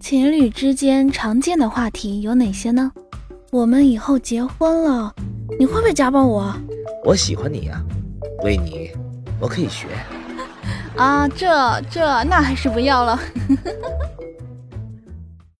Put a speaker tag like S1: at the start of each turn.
S1: 情侣之间常见的话题有哪些呢？我们以后结婚了，你会不会家暴我？
S2: 我喜欢你呀、为你，我可以学。
S1: 啊，这这那还是不要了。